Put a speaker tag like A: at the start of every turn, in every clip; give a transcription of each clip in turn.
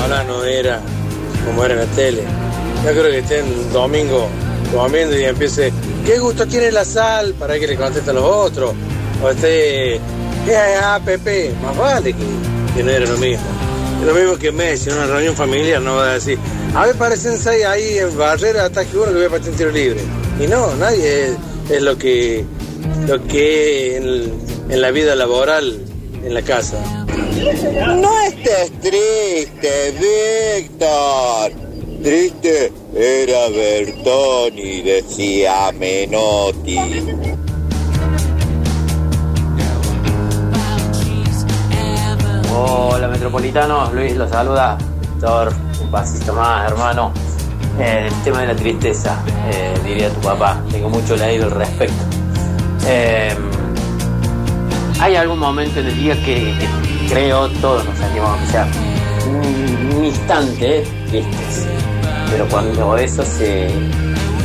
A: mañana no era como era en la tele. Yo creo que estén un domingo comiendo y empiece, qué gusto tiene la sal para que le contesten los otros. O esté, ah, Pepe, más vale que, que no era lo mismo. Es lo mismo que Messi, en una reunión familiar no va a decir, a ver, parecen seis ahí en barrera, ataque uno que voy a partir un tiro libre. Y no, nadie es, es lo que, lo que en, en la vida laboral, en la casa.
B: No estés triste, Víctor. Triste era Bertoni, decía Menotti.
C: Hola Metropolitanos, Luis los saluda. Thor, un pasito más, hermano. Eh, el tema de la tristeza, eh, diría tu papá. Tengo mucho leído al respecto. Eh, hay algún momento en el día que, que creo todos nos sentimos, aunque sea un, un instante, tristes. Pero cuando eso se,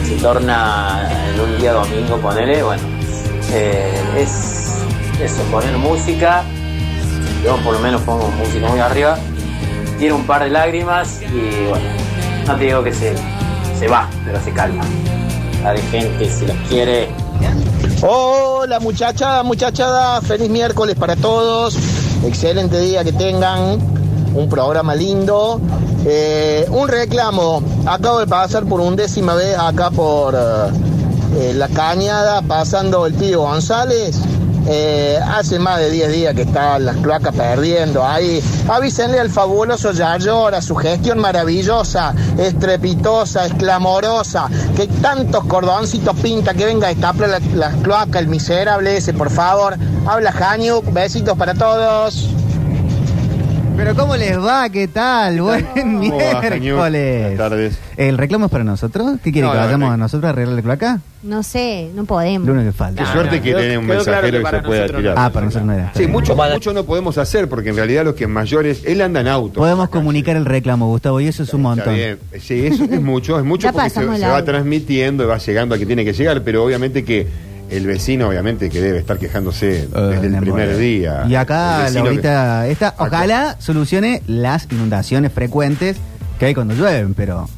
C: se torna en un día domingo, ponele, bueno, eh, es eso, poner música. Yo por lo menos pongo música muy arriba tiene un par de lágrimas y bueno, no te digo que se, se va, pero se calma. Hay gente, si los quiere.
D: Hola muchachada, muchachada, feliz miércoles para todos, excelente día que tengan, un programa lindo. Eh, un reclamo, acabo de pasar por undécima vez acá por eh, la cañada, pasando el tío González, eh, hace más de 10 días que está las cloacas perdiendo ahí. Avísenle al fabuloso Yayora, su gestión maravillosa, estrepitosa, esclamorosa, que tantos cordoncitos pinta que venga a destapar las la cloacas, el miserable ese, por favor. Habla Janiuk, besitos para todos.
E: Pero ¿cómo les va? ¿Qué tal? Buen
F: ¿Cómo va, señor? Buenas
E: miércoles.
F: tardes.
E: ¿El reclamo es para nosotros? ¿Qué quiere
F: No,
E: que
F: no,
E: vayamos
F: no.
E: a nosotros a arreglar el cloaca?
G: No sé, no podemos.
E: Lo único que
F: Qué
E: falta.
F: suerte que
H: Ah, quedó-
F: tiene un
H: quedó claro
F: mensajero
H: que
F: que,
H: para
F: se pueda
H: nosotros
F: tirar.
H: no.
E: Ah, para nosotros no era.
F: Sí, mucho, mucho no podemos hacer porque en realidad los que mayores, él anda en auto.
E: Podemos comunicar el reclamo, Gustavo, y eso es un
F: Está
E: montón. Eh,
F: bien. Sí, eso es mucho, es mucho
G: Ya
F: porque se,
G: pasamos
F: se
G: la
F: va
G: hora.
F: transmitiendo y va llegando a que tiene que llegar, pero obviamente que el vecino, obviamente, que debe estar quejándose
E: Eh,
F: desde el
E: me
F: primer
E: muero.
F: día.
E: Y
F: El
E: acá,
F: vecino
E: Laurita, esta,
F: Acá.
E: ojalá solucione las inundaciones frecuentes que hay cuando llueven, pero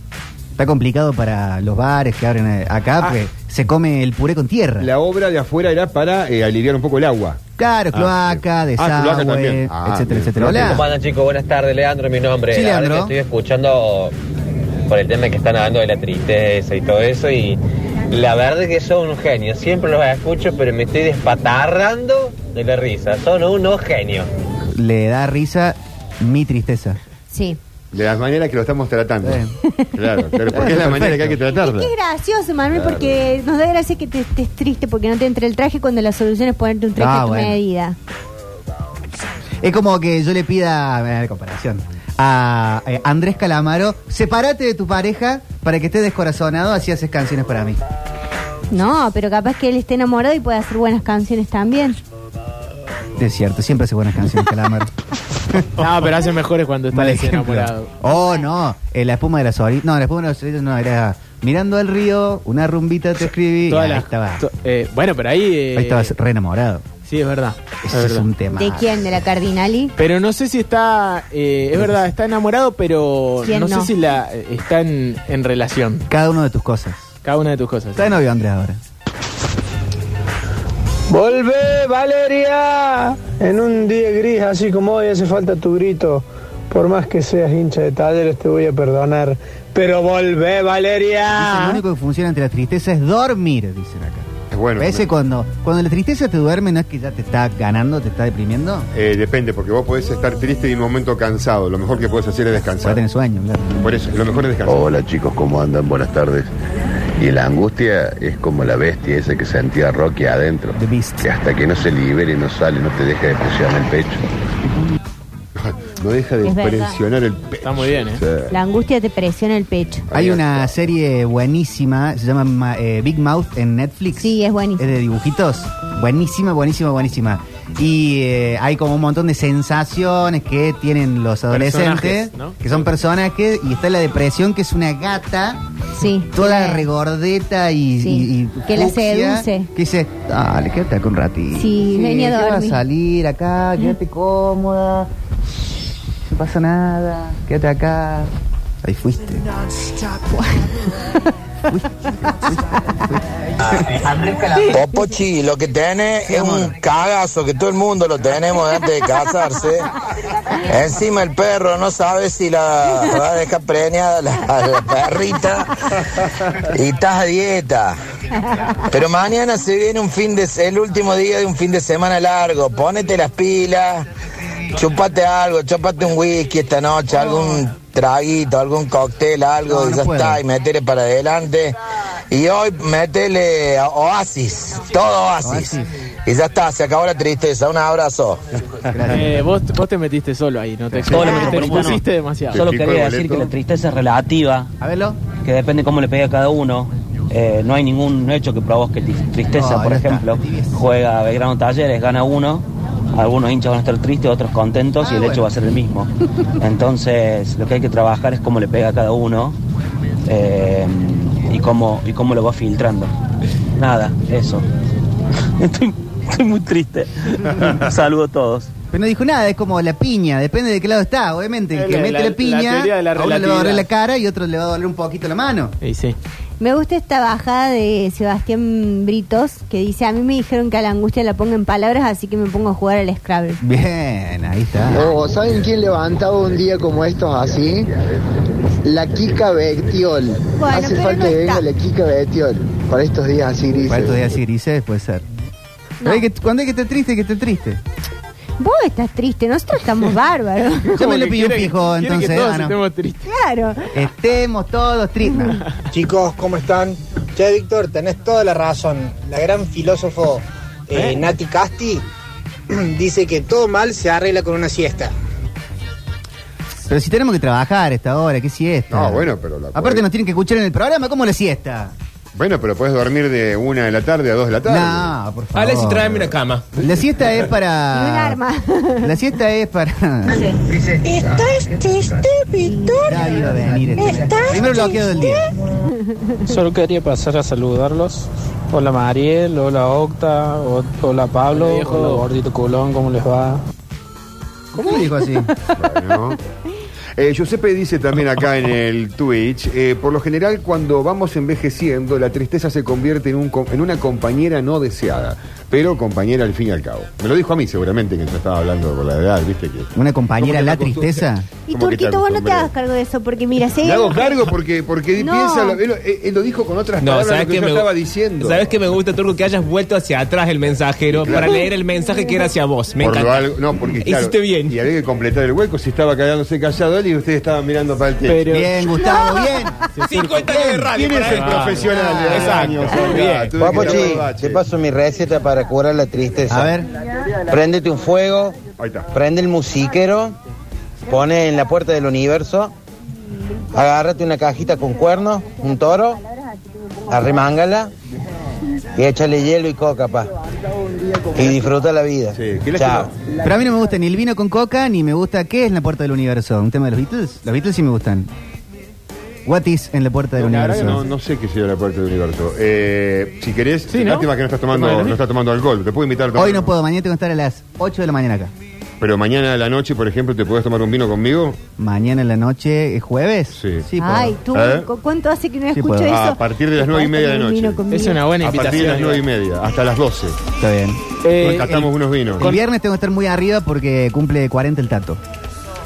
E: está complicado para los bares que abren eh, acá,
F: Ah.
E: porque se come el puré con
F: que-
E: tierra.
F: La obra de afuera era para eh, aliviar un poco el agua.
E: Claro,
F: Ah,
E: cloaca,
F: sí. Ah,
E: desagüe,
F: cloaca también. Ah,
E: etcétera,
F: bien.
E: etcétera.
I: ¿Cómo
E: Hola.
I: andan chicos? Buenas tardes, Leandro es mi nombre.
E: Sí,
I: La verdad
E: Leandro.
I: que estoy escuchando por el tema que están hablando de la tristeza y todo eso y la verdad que son unos genios. Siempre los escucho, pero me estoy despatarrando de la risa. Son unos genios.
E: Le da risa mi tristeza.
G: Sí.
F: De las maneras que lo estamos tratando.
E: Bien.
F: Claro, claro, porque es la
E: Perfecto.
F: manera que hay que
G: Es
F: tratarla.
G: que es gracioso, Manuel,
F: Claro.
G: porque nos da gracia que te estés triste porque no te entre el traje cuando la solución es ponerte un traje
E: Ah,
G: a tu
E: bueno.
G: medida.
E: Es como que yo le pida, mira la comparación, a eh, Andrés Calamaro, sepárate de tu pareja para que estés descorazonado, así haces canciones para mí.
G: No, pero capaz que él esté enamorado y puede hacer buenas canciones también.
E: Es cierto, siempre hace buenas canciones Calamaro.
H: No, pero hace mejores cuando está
E: Mal ejemplo.
H: desenamorado.
E: Oh, no, eh, la espuma de las orillas. No, la espuma de las orillas no, era mirando al río, una rumbita te escribí.
H: Todas
E: y ahí
H: las-
E: estaba.
H: to- eh, bueno, pero ahí. eh,
E: Ahí estabas re enamorado.
H: Sí, es verdad. es
E: Ese es
H: verdad.
E: un tema.
G: ¿De quién? ¿De la Cardinali?
H: Pero no sé si está. eh, es verdad, está enamorado, pero
G: ¿Quién
H: no,
G: no?
H: sé si la eh, está en, en relación.
E: Cada uno de tus cosas.
H: Cada una de tus cosas.
E: Está de novio Andrés ahora.
J: Volve, Valeria. En un día gris, así como hoy, hace falta tu grito. Por más que seas hincha de talleres, te voy a perdonar. Pero volve,
E: Dicen, lo
J: Valeria.
E: único que funciona ante la tristeza es dormir, dicen acá.
F: Es bueno.
E: Parece cuando, cuando la tristeza te duerme, no es que ya te está ganando, te está deprimiendo.
F: Eh, depende, porque vos podés estar triste y en un momento cansado. Lo mejor que podés hacer es
E: Va a
F: descansar.
E: tener sueño, claro.
F: Por eso, lo mejor es descansar.
K: Oh.
B: Hola chicos, ¿cómo andan? Buenas tardes. Y la angustia es como la bestia esa que sentía Rocky adentro.
E: The Beast.
B: Que hasta que no se libere, no sale, no te deja de presionar el pecho.
F: No deja de
G: Es verdad.
F: presionar el pecho.
H: Está muy bien, ¿eh?
F: O sea,
G: La angustia te presiona el pecho.
E: Hay una serie buenísima, se llama Ma- eh, Big Mouth en Netflix.
G: Sí, es buenísimo.
E: Es de dibujitos. Buenísima, buenísima, buenísima. Y eh, hay como un montón de sensaciones que tienen los adolescentes,
H: Personajes, ¿no?
E: que son personajes, y está la depresión, que es una gata
G: Sí.
E: toda
G: Sí.
E: regordeta y,
G: Sí,
E: y- y
G: que la
E: fucsia,
G: seduce.
E: Que dice, dale, quédate acá un ratito.
G: Sí, vení a
E: ¿qué vas
G: dormir.
E: a salir acá, quédate cómoda. pasa nada, quédate acá. Ahí fuiste.
L: Popochi, lo que tiene es un cagazo que todo el mundo lo tenemos antes de casarse. Encima el perro no sabe si la va a dejar preñada la, la perrita y estás a dieta. Pero mañana se viene un fin de se- el último día de un fin de semana largo. Ponete las pilas, chupate algo, chupate un whisky esta noche, algún traguito, algún cóctel, algo, y ya está, y metele para adelante. Y hoy metele a Oasis, todo Oasis. Y ya está, se acabó la tristeza. Un abrazo.
H: Eh, vos, vos te metiste solo ahí, no te,
L: Todo lo metí
H: te
L: por uno.
H: expusiste demasiado.
K: Solo quería decir que la tristeza es relativa.
E: A verlo.
K: Que depende cómo le pegue a cada uno. Eh, no hay ningún hecho que provoque ti- tristeza,
E: No,
K: por
E: ya está,
K: ejemplo. Juega Belgrano Talleres, gana uno. Algunos hinchas van a estar tristes, otros contentos
F: Ah,
K: y el hecho va a ser el mismo. Entonces, lo que hay que trabajar es cómo le pega a cada uno eh, y, cómo, y cómo lo va filtrando. Nada, eso. Estoy, estoy muy triste. Un saludo a todos.
E: Pero no dijo nada, es como la piña, depende de qué lado está, obviamente. El que
K: La-
E: mete
K: la-
E: la,
K: la
E: piña,
K: teoría de la
E: a uno le va a doler
K: relatividad.
E: la cara y otro le va a doler un poquito la mano.
H: Y sí.
G: Me gusta esta bajada de Sebastián Britos que dice, a mí me dijeron que a la angustia la ponga en palabras, así que me pongo a jugar al Scrabble.
E: Bien, ahí está.
M: No, ¿saben quién levantaba un día como estos así? La Kika Betiol. Hace
G: pero
M: falta
G: no
M: que
G: está.
M: venga la Kika Betiol para estos días así grises.
E: Para estos días así grises puede ser. Pero hay que- cuando hay que estar triste, hay que esté triste.
G: Vos estás triste, nosotros estamos bárbaros.
E: Ya me lo pidió un fijo, entonces. ah, no.
G: Claro.
E: Estemos todos tristes.
N: Chicos, ¿cómo están? Che, Víctor, tenés toda la razón. La gran filósofo eh, Nati Casti dice que todo mal se arregla con una siesta.
E: Pero si tenemos que trabajar a esta hora, ¿qué siesta?
F: No, bueno, pero la-
E: Aparte nos tienen que escuchar en el programa, ¿cómo la siesta?
F: Bueno, pero puedes dormir de una de la tarde a dos de la tarde.
E: No, por favor.
O: Alex, y Ah, tráeme una cama.
E: La siesta es para...
F: Ah.
G: Y un arma.
E: La siesta es para...
G: ¿Estás triste, Víctor?
E: Ya iba a venir este.
G: ¿Estás
E: Primer bloqueo del día.
P: Solo quería pasar a saludarlos. Hola Mariel, hola Octa, o- hola Pablo, hola,
H: Hola, viejo.
P: gordito culón, ¿cómo les va?
E: ¿Cómo le dijo así?
F: Bueno. Eh, Giuseppe dice también acá en el Twitch, eh, por lo general cuando vamos envejeciendo, la tristeza se convierte en, un com- en una compañera no deseada, pero compañera al fin y al cabo. Me lo dijo a mí seguramente que yo estaba hablando por la edad, viste que...
E: Una compañera,
F: ¿Cómo
E: la
F: que te acostu-
E: tristeza.
G: Y
F: Como que te
G: Turquito, vos no te
F: acostumbré.
G: hagas cargo de eso, porque mira, si hay
F: Me hago
G: algo que-
F: cargo porque, porque
G: No.
F: piensa, lo- él, él lo dijo con otras
O: No,
F: palabras
O: ¿sabes
F: lo que
O: qué
F: yo
O: me gu-
F: estaba diciendo.
O: ¿Sabes que me gusta, Turco? Que hayas vuelto hacia atrás el mensajero
F: claro.
O: para leer el mensaje que era hacia vos. Me
F: Por lo
O: encanta.
F: algo- no, porque claro,
O: Hiciste bien.
F: Y había que completar el hueco, si estaba quedándose callado él y ustedes estaban mirando para el techo.
O: Pero-
E: Bien, Gustavo, bien.
O: 50 años de radio.
F: ¿Quién
O: para
F: es el
O: esto.
F: profesional de los
O: Ah,
F: años?
O: exacto.
F: Olga? Tuve que
L: Papochi,
F: grabar.
L: te paso mi receta para curar la tristeza.
E: A ver.
L: Prendete un fuego,
F: está.
L: prende el musiquero, pone en la puerta del universo, agárrate una cajita con cuernos, un toro, arremángala y échale hielo y coca, pa. Y disfruta la vida. Chao.
E: Pero a mí no me gusta ni el vino con coca, ni me gusta qué es en la puerta del universo. Un tema de los Beatles. Los Beatles sí me gustan. What is en la puerta del
F: No, la verdad
E: universo.
F: que no, no sé qué sería la puerta del universo. Eh, si querés,
E: ¿no?
F: lástima que no estás tomando,
E: Bueno,
F: no estás tomando alcohol. Te puedo invitar a tomar.
E: Hoy no puedo, mañana tengo que estar a las 8 de la mañana acá.
F: Pero mañana a la noche, por ejemplo, ¿te podés tomar un vino conmigo?
E: Mañana en la noche, ¿es jueves? Sí. puedo.
G: Ay, tú,
F: ¿Eh?
G: ¿cu- ¿cuánto hace que no
F: Sí,
G: escucho
F: puedo.
G: eso?
F: A partir de las nueve y media de la noche.
G: Es una
H: buena
F: A partir de
O: ¿eh?
H: invitación,
F: las nueve y media, hasta las 12.
E: Está bien.
G: Eh,
F: Nos catamos unos vinos.
E: El viernes tengo que estar muy arriba porque cumple 40 el tato.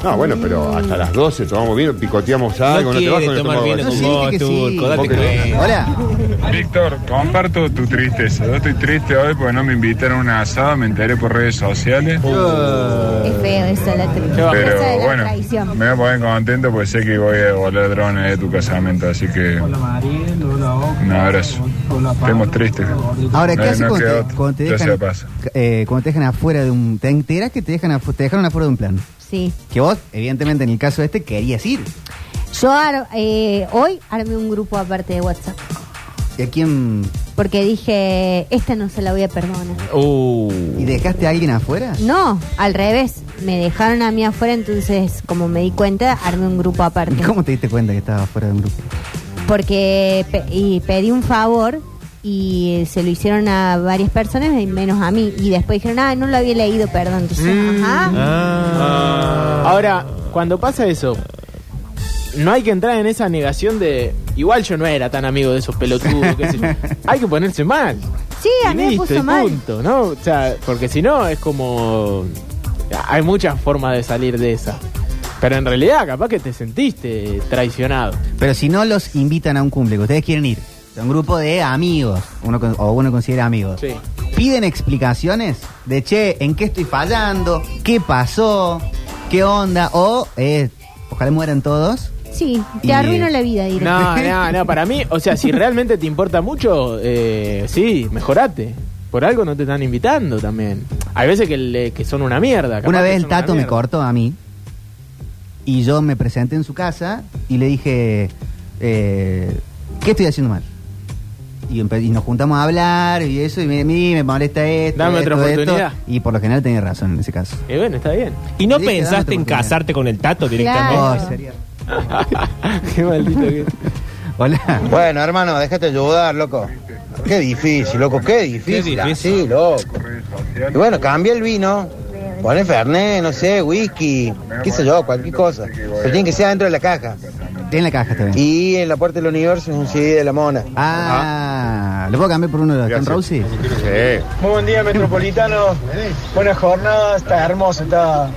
F: No, bueno, pero hasta las 12 tomamos vino, picoteamos algo, no, te vas con el
O: tomar
F: estómago
O: vino
F: vacío.
O: con vos, Turco, date
F: Vos que no.
O: cuenta.
E: Hola.
Q: Víctor, comparto tu tristeza. Yo estoy triste hoy porque no me invitaron a una asada, me enteré por redes sociales.
F: Eh.
G: Es feo eso, la tristeza. Esa
Q: Pero
G: es la
Q: bueno,
G: traición.
Q: me voy a poner contento porque sé que voy a volar drones de tu casamiento, así que un abrazo. Estemos tristes.
E: Ahora, ¿qué
Q: No-
E: haces
Q: no
E: cuando,
Q: queda
E: te,
Q: otra.
E: cuando te
Q: Ya se
E: dejan,
Q: pasa.
E: eh, cuando te dejan afuera de un... ¿Te enteras que te, dejan afu- te dejaron afuera de un plan?
G: Sí.
E: Que vos, evidentemente, en el caso este, querías ir.
G: Yo ar- eh, hoy armé un grupo aparte de WhatsApp.
E: ¿Y a quién...?
G: Porque dije, esta no se la voy a perdonar.
F: Uh.
E: ¿Y dejaste a alguien afuera?
G: No, al revés. Me dejaron a mí afuera, entonces, como me di cuenta, armé un grupo aparte.
E: ¿Cómo te diste cuenta que estaba fuera de un grupo?
G: Porque pe- y pedí un favor y se lo hicieron a varias personas, y menos a
H: Mm. Ah.
G: mí. Y después dijeron, ah, no lo había leído, perdón. Entonces, ajá.
H: Ahora, cuando pasa eso, no hay que entrar en esa negación de. Igual yo no era tan amigo de esos pelotudos, qué sé yo. Hay que ponerse mal.
G: Sí, a
H: Y
G: mí me
H: listo, y
G: puso mal.
H: punto, ¿no? O sea, porque si no, es como. Hay muchas formas de salir de esa. Pero en realidad, capaz que te sentiste traicionado.
E: Pero si no los invitan a un cumple, que ustedes quieren ir, a un grupo de amigos, uno con- o uno considera amigos, piden explicaciones de che, en qué estoy fallando, qué pasó, qué onda, o eh, ojalá mueran todos.
G: Sí, te
E: Y-
G: arruino la vida, diré.
H: No, no, no, para mí, o sea, si realmente te importa mucho, eh, sí, mejorate. Por algo no te están invitando también. Hay veces que, le- que son una mierda. capaz
E: Una
H: que
E: vez el
H: son una
E: tato me
H: mierda.
E: cortó a mí y yo me presenté en su casa y le dije, eh, ¿qué estoy haciendo mal? Y, empe- y nos juntamos a hablar y eso, y me, me molesta esto.
O: Dame
E: esto,
O: otra
E: esto.
O: oportunidad.
E: Y por lo general tenía razón en ese caso.
H: Y bueno, está bien.
O: ¿Y no
E: Tenés que
O: pensaste
E: darte
O: en
E: oportunidad.
O: casarte con el tato
E: Oh,
O: directamente?
E: sería-
H: Qué maldito que.
E: Hola.
R: Bueno, hermano, déjate ayudar, loco. Qué difícil, loco, qué difícil. así, loco. Y bueno, cambia el vino. Pone Fernet, no sé, whisky, qué sé yo, cualquier cosa. Pero tiene que ser dentro de la caja.
E: En la caja está bien.
R: Y en la puerta del universo es un CD de la mona.
E: Ah, ¿lo puedo cambiar por uno de los Tom Rousey?
J: Muy buen día, Metropolitano. Buena jornada, está hermoso, está.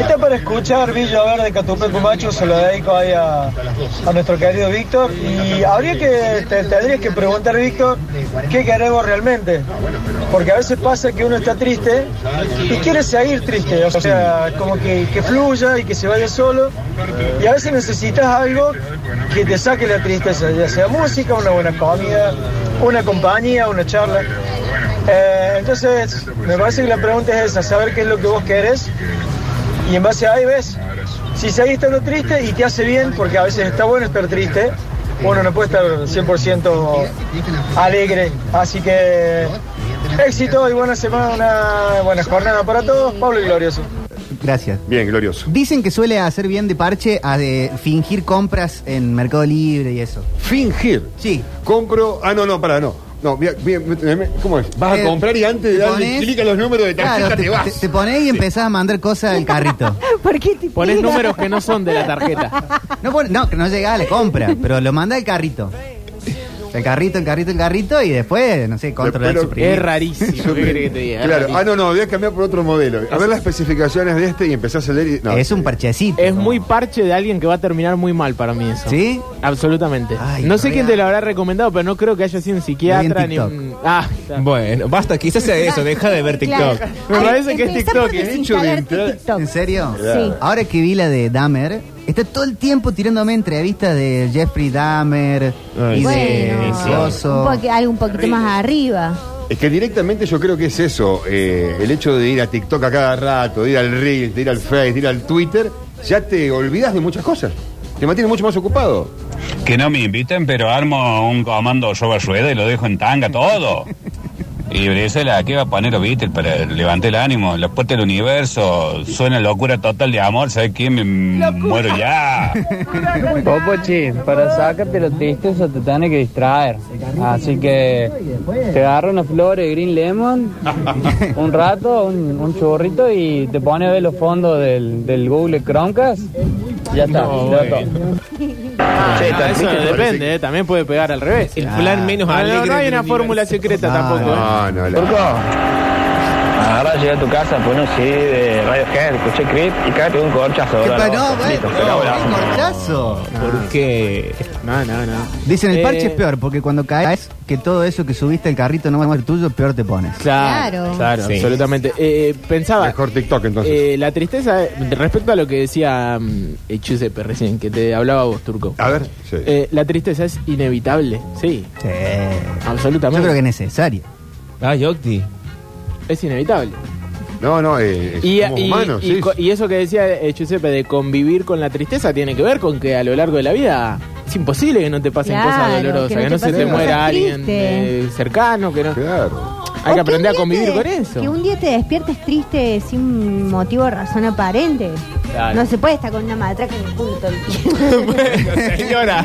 J: Está para escuchar Villa Verde Catupe Cumacho, se lo dedico ahí a, a nuestro querido Víctor. Y habría que, te- tendrías que preguntar, Víctor, qué queremos realmente. Porque a veces pasa que uno está triste y quiere seguir triste, o sea, como que, que fluya y que se vaya solo. Y a veces necesitas algo que te saque la tristeza, ya sea música, una buena comida, una compañía, una charla. Eh, entonces, me parece que la pregunta es esa, saber qué es lo que vos querés y en base a ahí ves si seguís estando triste y te hace bien, porque a veces está bueno estar triste, uno no puede estar 100% alegre, así que éxito y buena semana, una buena jornada para todos, Pablo y Glorioso.
E: Gracias.
F: Bien, glorioso.
E: Dicen que suele hacer bien de parche a de fingir compras en Mercado Libre y eso.
F: Fingir.
E: Sí.
F: Compro. Ah, no, no, para, no. No, mira, mira, mira, mira, ¿cómo es? Vas a
E: Eh,
F: comprar y antes de
E: te
F: darle
E: pones-
F: clic a los números de tarjeta
E: Claro,
F: te, vas.
E: Te, te pones y empezás a mandar cosas al carrito.
G: ¿Por qué te
H: Pones
E: Mira.
H: números que no son de la tarjeta.
E: No, pon- no, que no llegaba a la compra, pero lo manda al carrito. El carrito, el carrito, el carrito y después, no sé, controlar
F: Pero-
E: suprimir.
F: Es
H: rarísimo, ¿qué
F: Suprimir.
H: querés que te diga? Es
F: Claro.
H: rarísimo.
F: Ah, no, no, voy a cambiar por otro modelo. A ver las especificaciones de este y empezás a leer y. No.
E: un parchecito.
H: Es muy parche de alguien que va a terminar muy mal para mí eso.
E: ¿Sí?
H: Absolutamente. no sé quién te lo habrá recomendado, pero no creo que haya sido un psiquiatra ni
O: TikTok.
H: un... Ah, está.
O: Bueno, basta, quizás sea eso, deja de ver
H: Claro.
O: TikTok.
H: Me parece que es
G: Empezar
H: TikTok.
G: por
H: el hecho de
G: desinstalarte
H: entrar-
E: ¿En serio?
G: Sí. Ah,
E: Ahora que vi la de Dahmer, está todo el tiempo tirándome entrevistas de Jeffrey Dahmer y de
G: Bueno,
E: Gozo.
G: un poque- algo un poquito más arriba.
F: Es que directamente yo creo que es eso, eh, el hecho de ir a TikTok a cada rato, de ir al Reel, de ir al Face, de ir al Twitter, ya te olvidas de muchas cosas. Te mantienes mucho más ocupado.
S: Que no me inviten, pero armo un comando sobre rueda y lo dejo en tanga todo. Y Brisela, ¿qué va a poner los Beatles para levantar el ánimo? La puerta del universo, suena locura total de amor, ¿sabes qué? Me muero ya.
I: Popochi, para sacarte la tristeza te tiene que distraer. Así que te agarra una flor de Green Lemon, un rato, un, un churrito y te pone a ver los fondos del, del Google Chromecast. Ya está, ya está.
H: Ah,
I: Che,
H: no,
I: tan
H: eso
I: triste que
H: depende, eh, también puede pegar al revés. El
E: Ah.
I: plan menos
H: no,
I: alegre
H: No, hay
I: del
H: una fórmula secreta tampoco.
F: No, Ah, no, la-
I: Turco, agarra, llega a tu casa, pon un CD de Radiohead, escuché Creep y cállate un corchazo.
E: ¿Qué
I: boludo.
E: pa- no, güey?
I: Listo,
E: No,
I: pero ahora.
E: qué corchazo.
H: Porque. Ah. No, no, no.
E: Dicen el parche
H: Eh,
E: es peor porque cuando caes que todo eso que subiste al carrito no es tuyo, peor te pones.
H: Claro, Ah, claro,
E: Sí.
H: absolutamente. Eh, pensaba.
F: Mejor TikTok entonces.
H: Eh, la tristeza, eh, respecto a lo que decía mm, eh, Giuseppe recién, que te hablaba vos, Turco.
F: A ver,
H: Eh, la tristeza es inevitable, sí.
E: Sí.
H: Absolutamente.
E: Yo creo que es necesario.
H: Ah, Yocti. Es inevitable.
F: No, no, eh,
H: Y,
F: somos
H: y-
F: humanos,
H: y
F: sí.
H: co- y eso que decía eh, Giuseppe de convivir con la tristeza tiene que ver con que a lo largo de la vida es imposible que no te pasen
G: Claro,
H: cosas dolorosas,
G: que
H: que
G: no
H: no,
G: te
H: se te
G: pasen
H: muera
G: cosas
H: alguien
G: tristes.
H: eh, cercano, que no. Hay
G: O
H: que aprender a
G: un día
H: convivir
G: te-
H: con eso.
G: Que un día te despiertes triste sin motivo o razón aparente.
H: Claro.
G: No se puede estar con una matraca en el culo todo el tiempo.
H: Señora.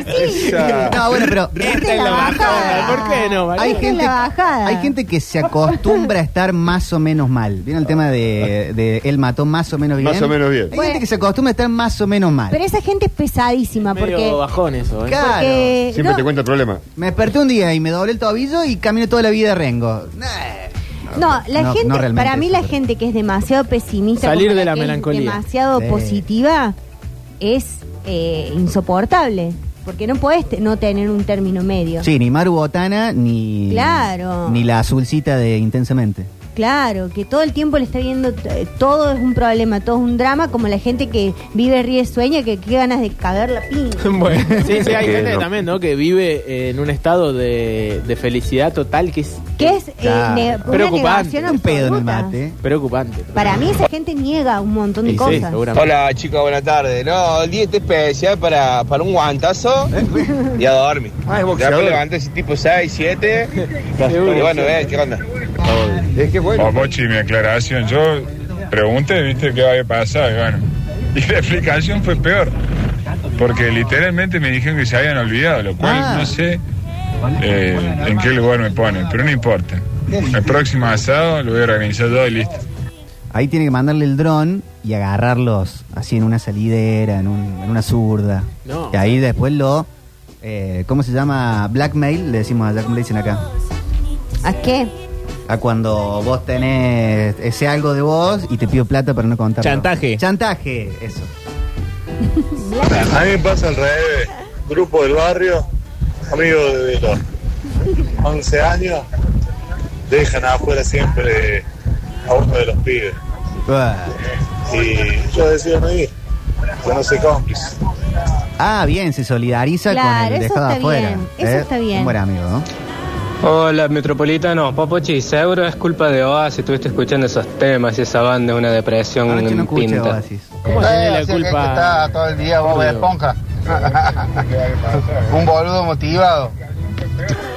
E: No, bueno, pero.
H: Esta es la bajada. ¿Por qué no?
E: Hay
G: Esta es
E: gente,
G: la bajada.
E: hay gente que se acostumbra a estar más o menos mal. Viene el tema de, de él mató más o menos bien.
F: Más o menos bien.
E: Hay gente que se acostumbra a estar más o menos mal.
G: Pero esa gente es pesadísima porque.
H: Medio bajón eso, ¿eh?
E: Claro.
G: porque-
F: Siempre
G: no,
F: te cuenta el problema.
E: Me desperté un día y me doblé el tobillo y caminé toda la vida de rengo.
G: No, la
E: No,
G: gente,
E: no realmente
G: para mí la gente que es demasiado pesimista,
H: Salir
G: como
H: de la
G: que es
H: melancolía.
G: demasiado
H: Sí.
G: positiva, es eh, insoportable, porque no puedes te- no tener un término medio.
E: Sí, ni Maru Botana ni.
G: Claro.
E: Ni la azulcita de Intensamente.
G: Claro, que todo el tiempo le está viendo, t- eh, todo es un problema, todo es un drama, como la gente que vive, ríe, sueña, que qué ganas de cagar la pinta.
H: Bueno, sí, sí, hay
F: Que
H: gente
F: no.
H: también, ¿no? Que vive eh, en un estado de, de felicidad total que es
G: Que es eh,
H: Claro.
G: ne- una
H: Preocupante.
G: negación absoluta.
E: ¿eh?
H: preocupante.
G: Para mí esa gente niega un montón de
H: Y sí,
G: cosas.
H: seguramente.
I: Hola chicos, buenas tardes. No, el día está especial para, para un guantazo
R: ¿Eh?
I: y a dormir.
F: Ah, es boxeador.
I: Después levanté ese tipo 6, 7. y bueno, ver qué onda.
F: Es que bueno.
Q: Vos, Bochi, mi aclaración. Yo pregunté, viste, qué había pasado. Y bueno, y la explicación fue peor. Porque literalmente me dijeron que se habían olvidado, lo cual
E: Ah.
Q: no sé eh, en qué lugar me pone, pero no importa. El próximo asado lo voy a organizar yo y listo.
E: Ahí tiene que mandarle el dron y agarrarlos así en una salidera, en, un- en una zurda.
H: No.
E: Y ahí después lo. eh, ¿Cómo se llama? Blackmail, le decimos allá, ¿cómo le dicen acá?
G: ¿A qué?
E: A cuando vos tenés ese algo de vos y te pido plata para no contarlo.
O: Chantaje.
E: Chantaje, eso.
T: A mí me pasa al revés. Grupo del barrio, amigos de los 11 años, dejan afuera siempre a uno de los pibes. Y yo decido no ir, yo no soy cómplice.
E: Ah, bien, se solidariza
G: Claro,
E: con el
G: eso
E: dejado
G: está
E: afuera. ¿eh?
G: bien, eso está bien.
E: Un buen amigo, ¿no?
P: Hola, Metropolitano. Papochi, seguro es culpa de Oasis si estuviste escuchando esos temas y esa banda una depresión
E: Ahora que Ah, no escuche
P: pinta.
E: Oasis.
H: ¿Cómo
R: Eh,
H: hacerle la
R: o sea, que es que
H: culpa?
R: está todo el día Bob Esponja. Un boludo motivado.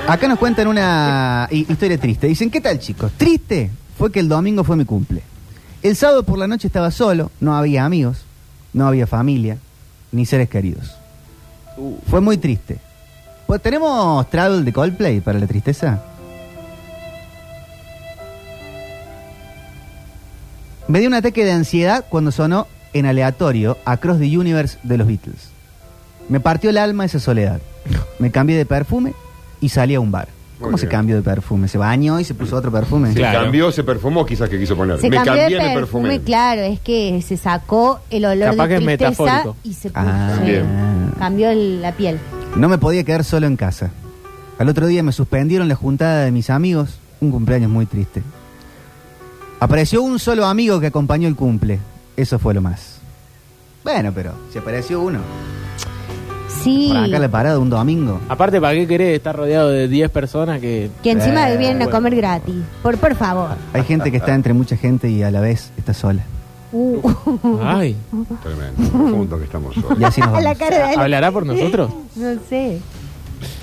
E: Acá nos cuentan una hi- historia triste. Dicen, ¿qué tal chicos? Triste fue que el domingo fue mi cumple. El sábado por la noche estaba solo, no había amigos, no había familia, ni seres queridos.
H: Uh.
E: Fue muy triste. Pues tenemos travel de Coldplay para la tristeza. Me dio un ataque de ansiedad cuando sonó en aleatorio Across the Universe de los Beatles. Me partió el alma esa soledad. Me cambié de perfume y salí a un bar.
F: Muy
E: ¿Cómo se
F: bien.
E: cambió de perfume? ¿Se bañó y se puso otro perfume?
F: Se
O: Claro.
F: cambió, se perfumó, quizás que quiso poner.
G: Se
F: me
G: cambió
F: cambié,
G: de perfume,
F: me perfumé.
G: claro, es que se sacó el olor
H: Capaz que
G: de
H: es
G: tristeza
H: metafórico.
G: y se puso,
E: Ah,
F: Bien.
G: cambió el- la piel.
E: No me podía quedar solo en casa. Al otro día me suspendieron la juntada de mis amigos, un cumpleaños muy triste. Apareció un solo amigo que acompañó el cumple. Eso fue lo más. Bueno, pero si apareció uno.
G: Sí,
E: Por acá la parada un domingo.
H: Aparte, ¿para qué querés estar rodeado de 10 personas que...
G: que encima
E: Eh,
G: vienen
E: bueno.
G: a comer gratis. Por, por favor.
E: Hay gente que está entre mucha gente y a la vez está sola.
G: Uh.
H: Ay,
F: Tremendo. Juntos que estamos solos.
E: Y así nos vamos.
G: la cara de Ale.
H: ¿hablará por nosotros?
G: No sé.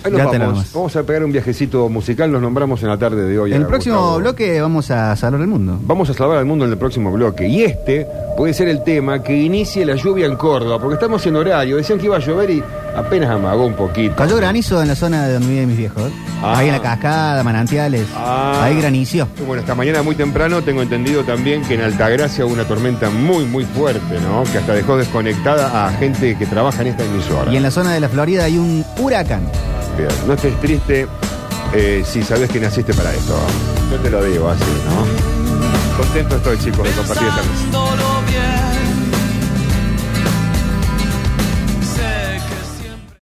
F: Ahí nos
E: Ya te
F: vamos.
E: nomás.
F: vamos a pegar un viajecito musical, nos nombramos en la tarde de hoy.
E: En el
F: a
E: próximo
F: Gustavo.
E: bloque vamos a salvar el mundo.
F: Vamos a salvar al mundo en el próximo bloque. Y este puede ser el tema que inicie la lluvia en Córdoba, porque estamos en horario. Decían que iba a llover y apenas amagó un poquito.
E: Cayó granizo en la zona de donde viven mis viejos.
F: Ah.
E: Ahí en la cascada, manantiales.
F: Ah.
E: Ahí granizo.
F: Y Bueno, esta mañana muy temprano tengo entendido también que en Altagracia hubo una tormenta muy, muy fuerte, ¿no? Que hasta dejó desconectada a gente que trabaja en esta emisora.
E: Y en la zona de la Florida hay un huracán.
F: Bien, No estés triste eh, si sabes que naciste para esto. Yo te lo digo así, ¿no? Contento estoy, chicos, de compartir esta mesa.
U: Pensándolo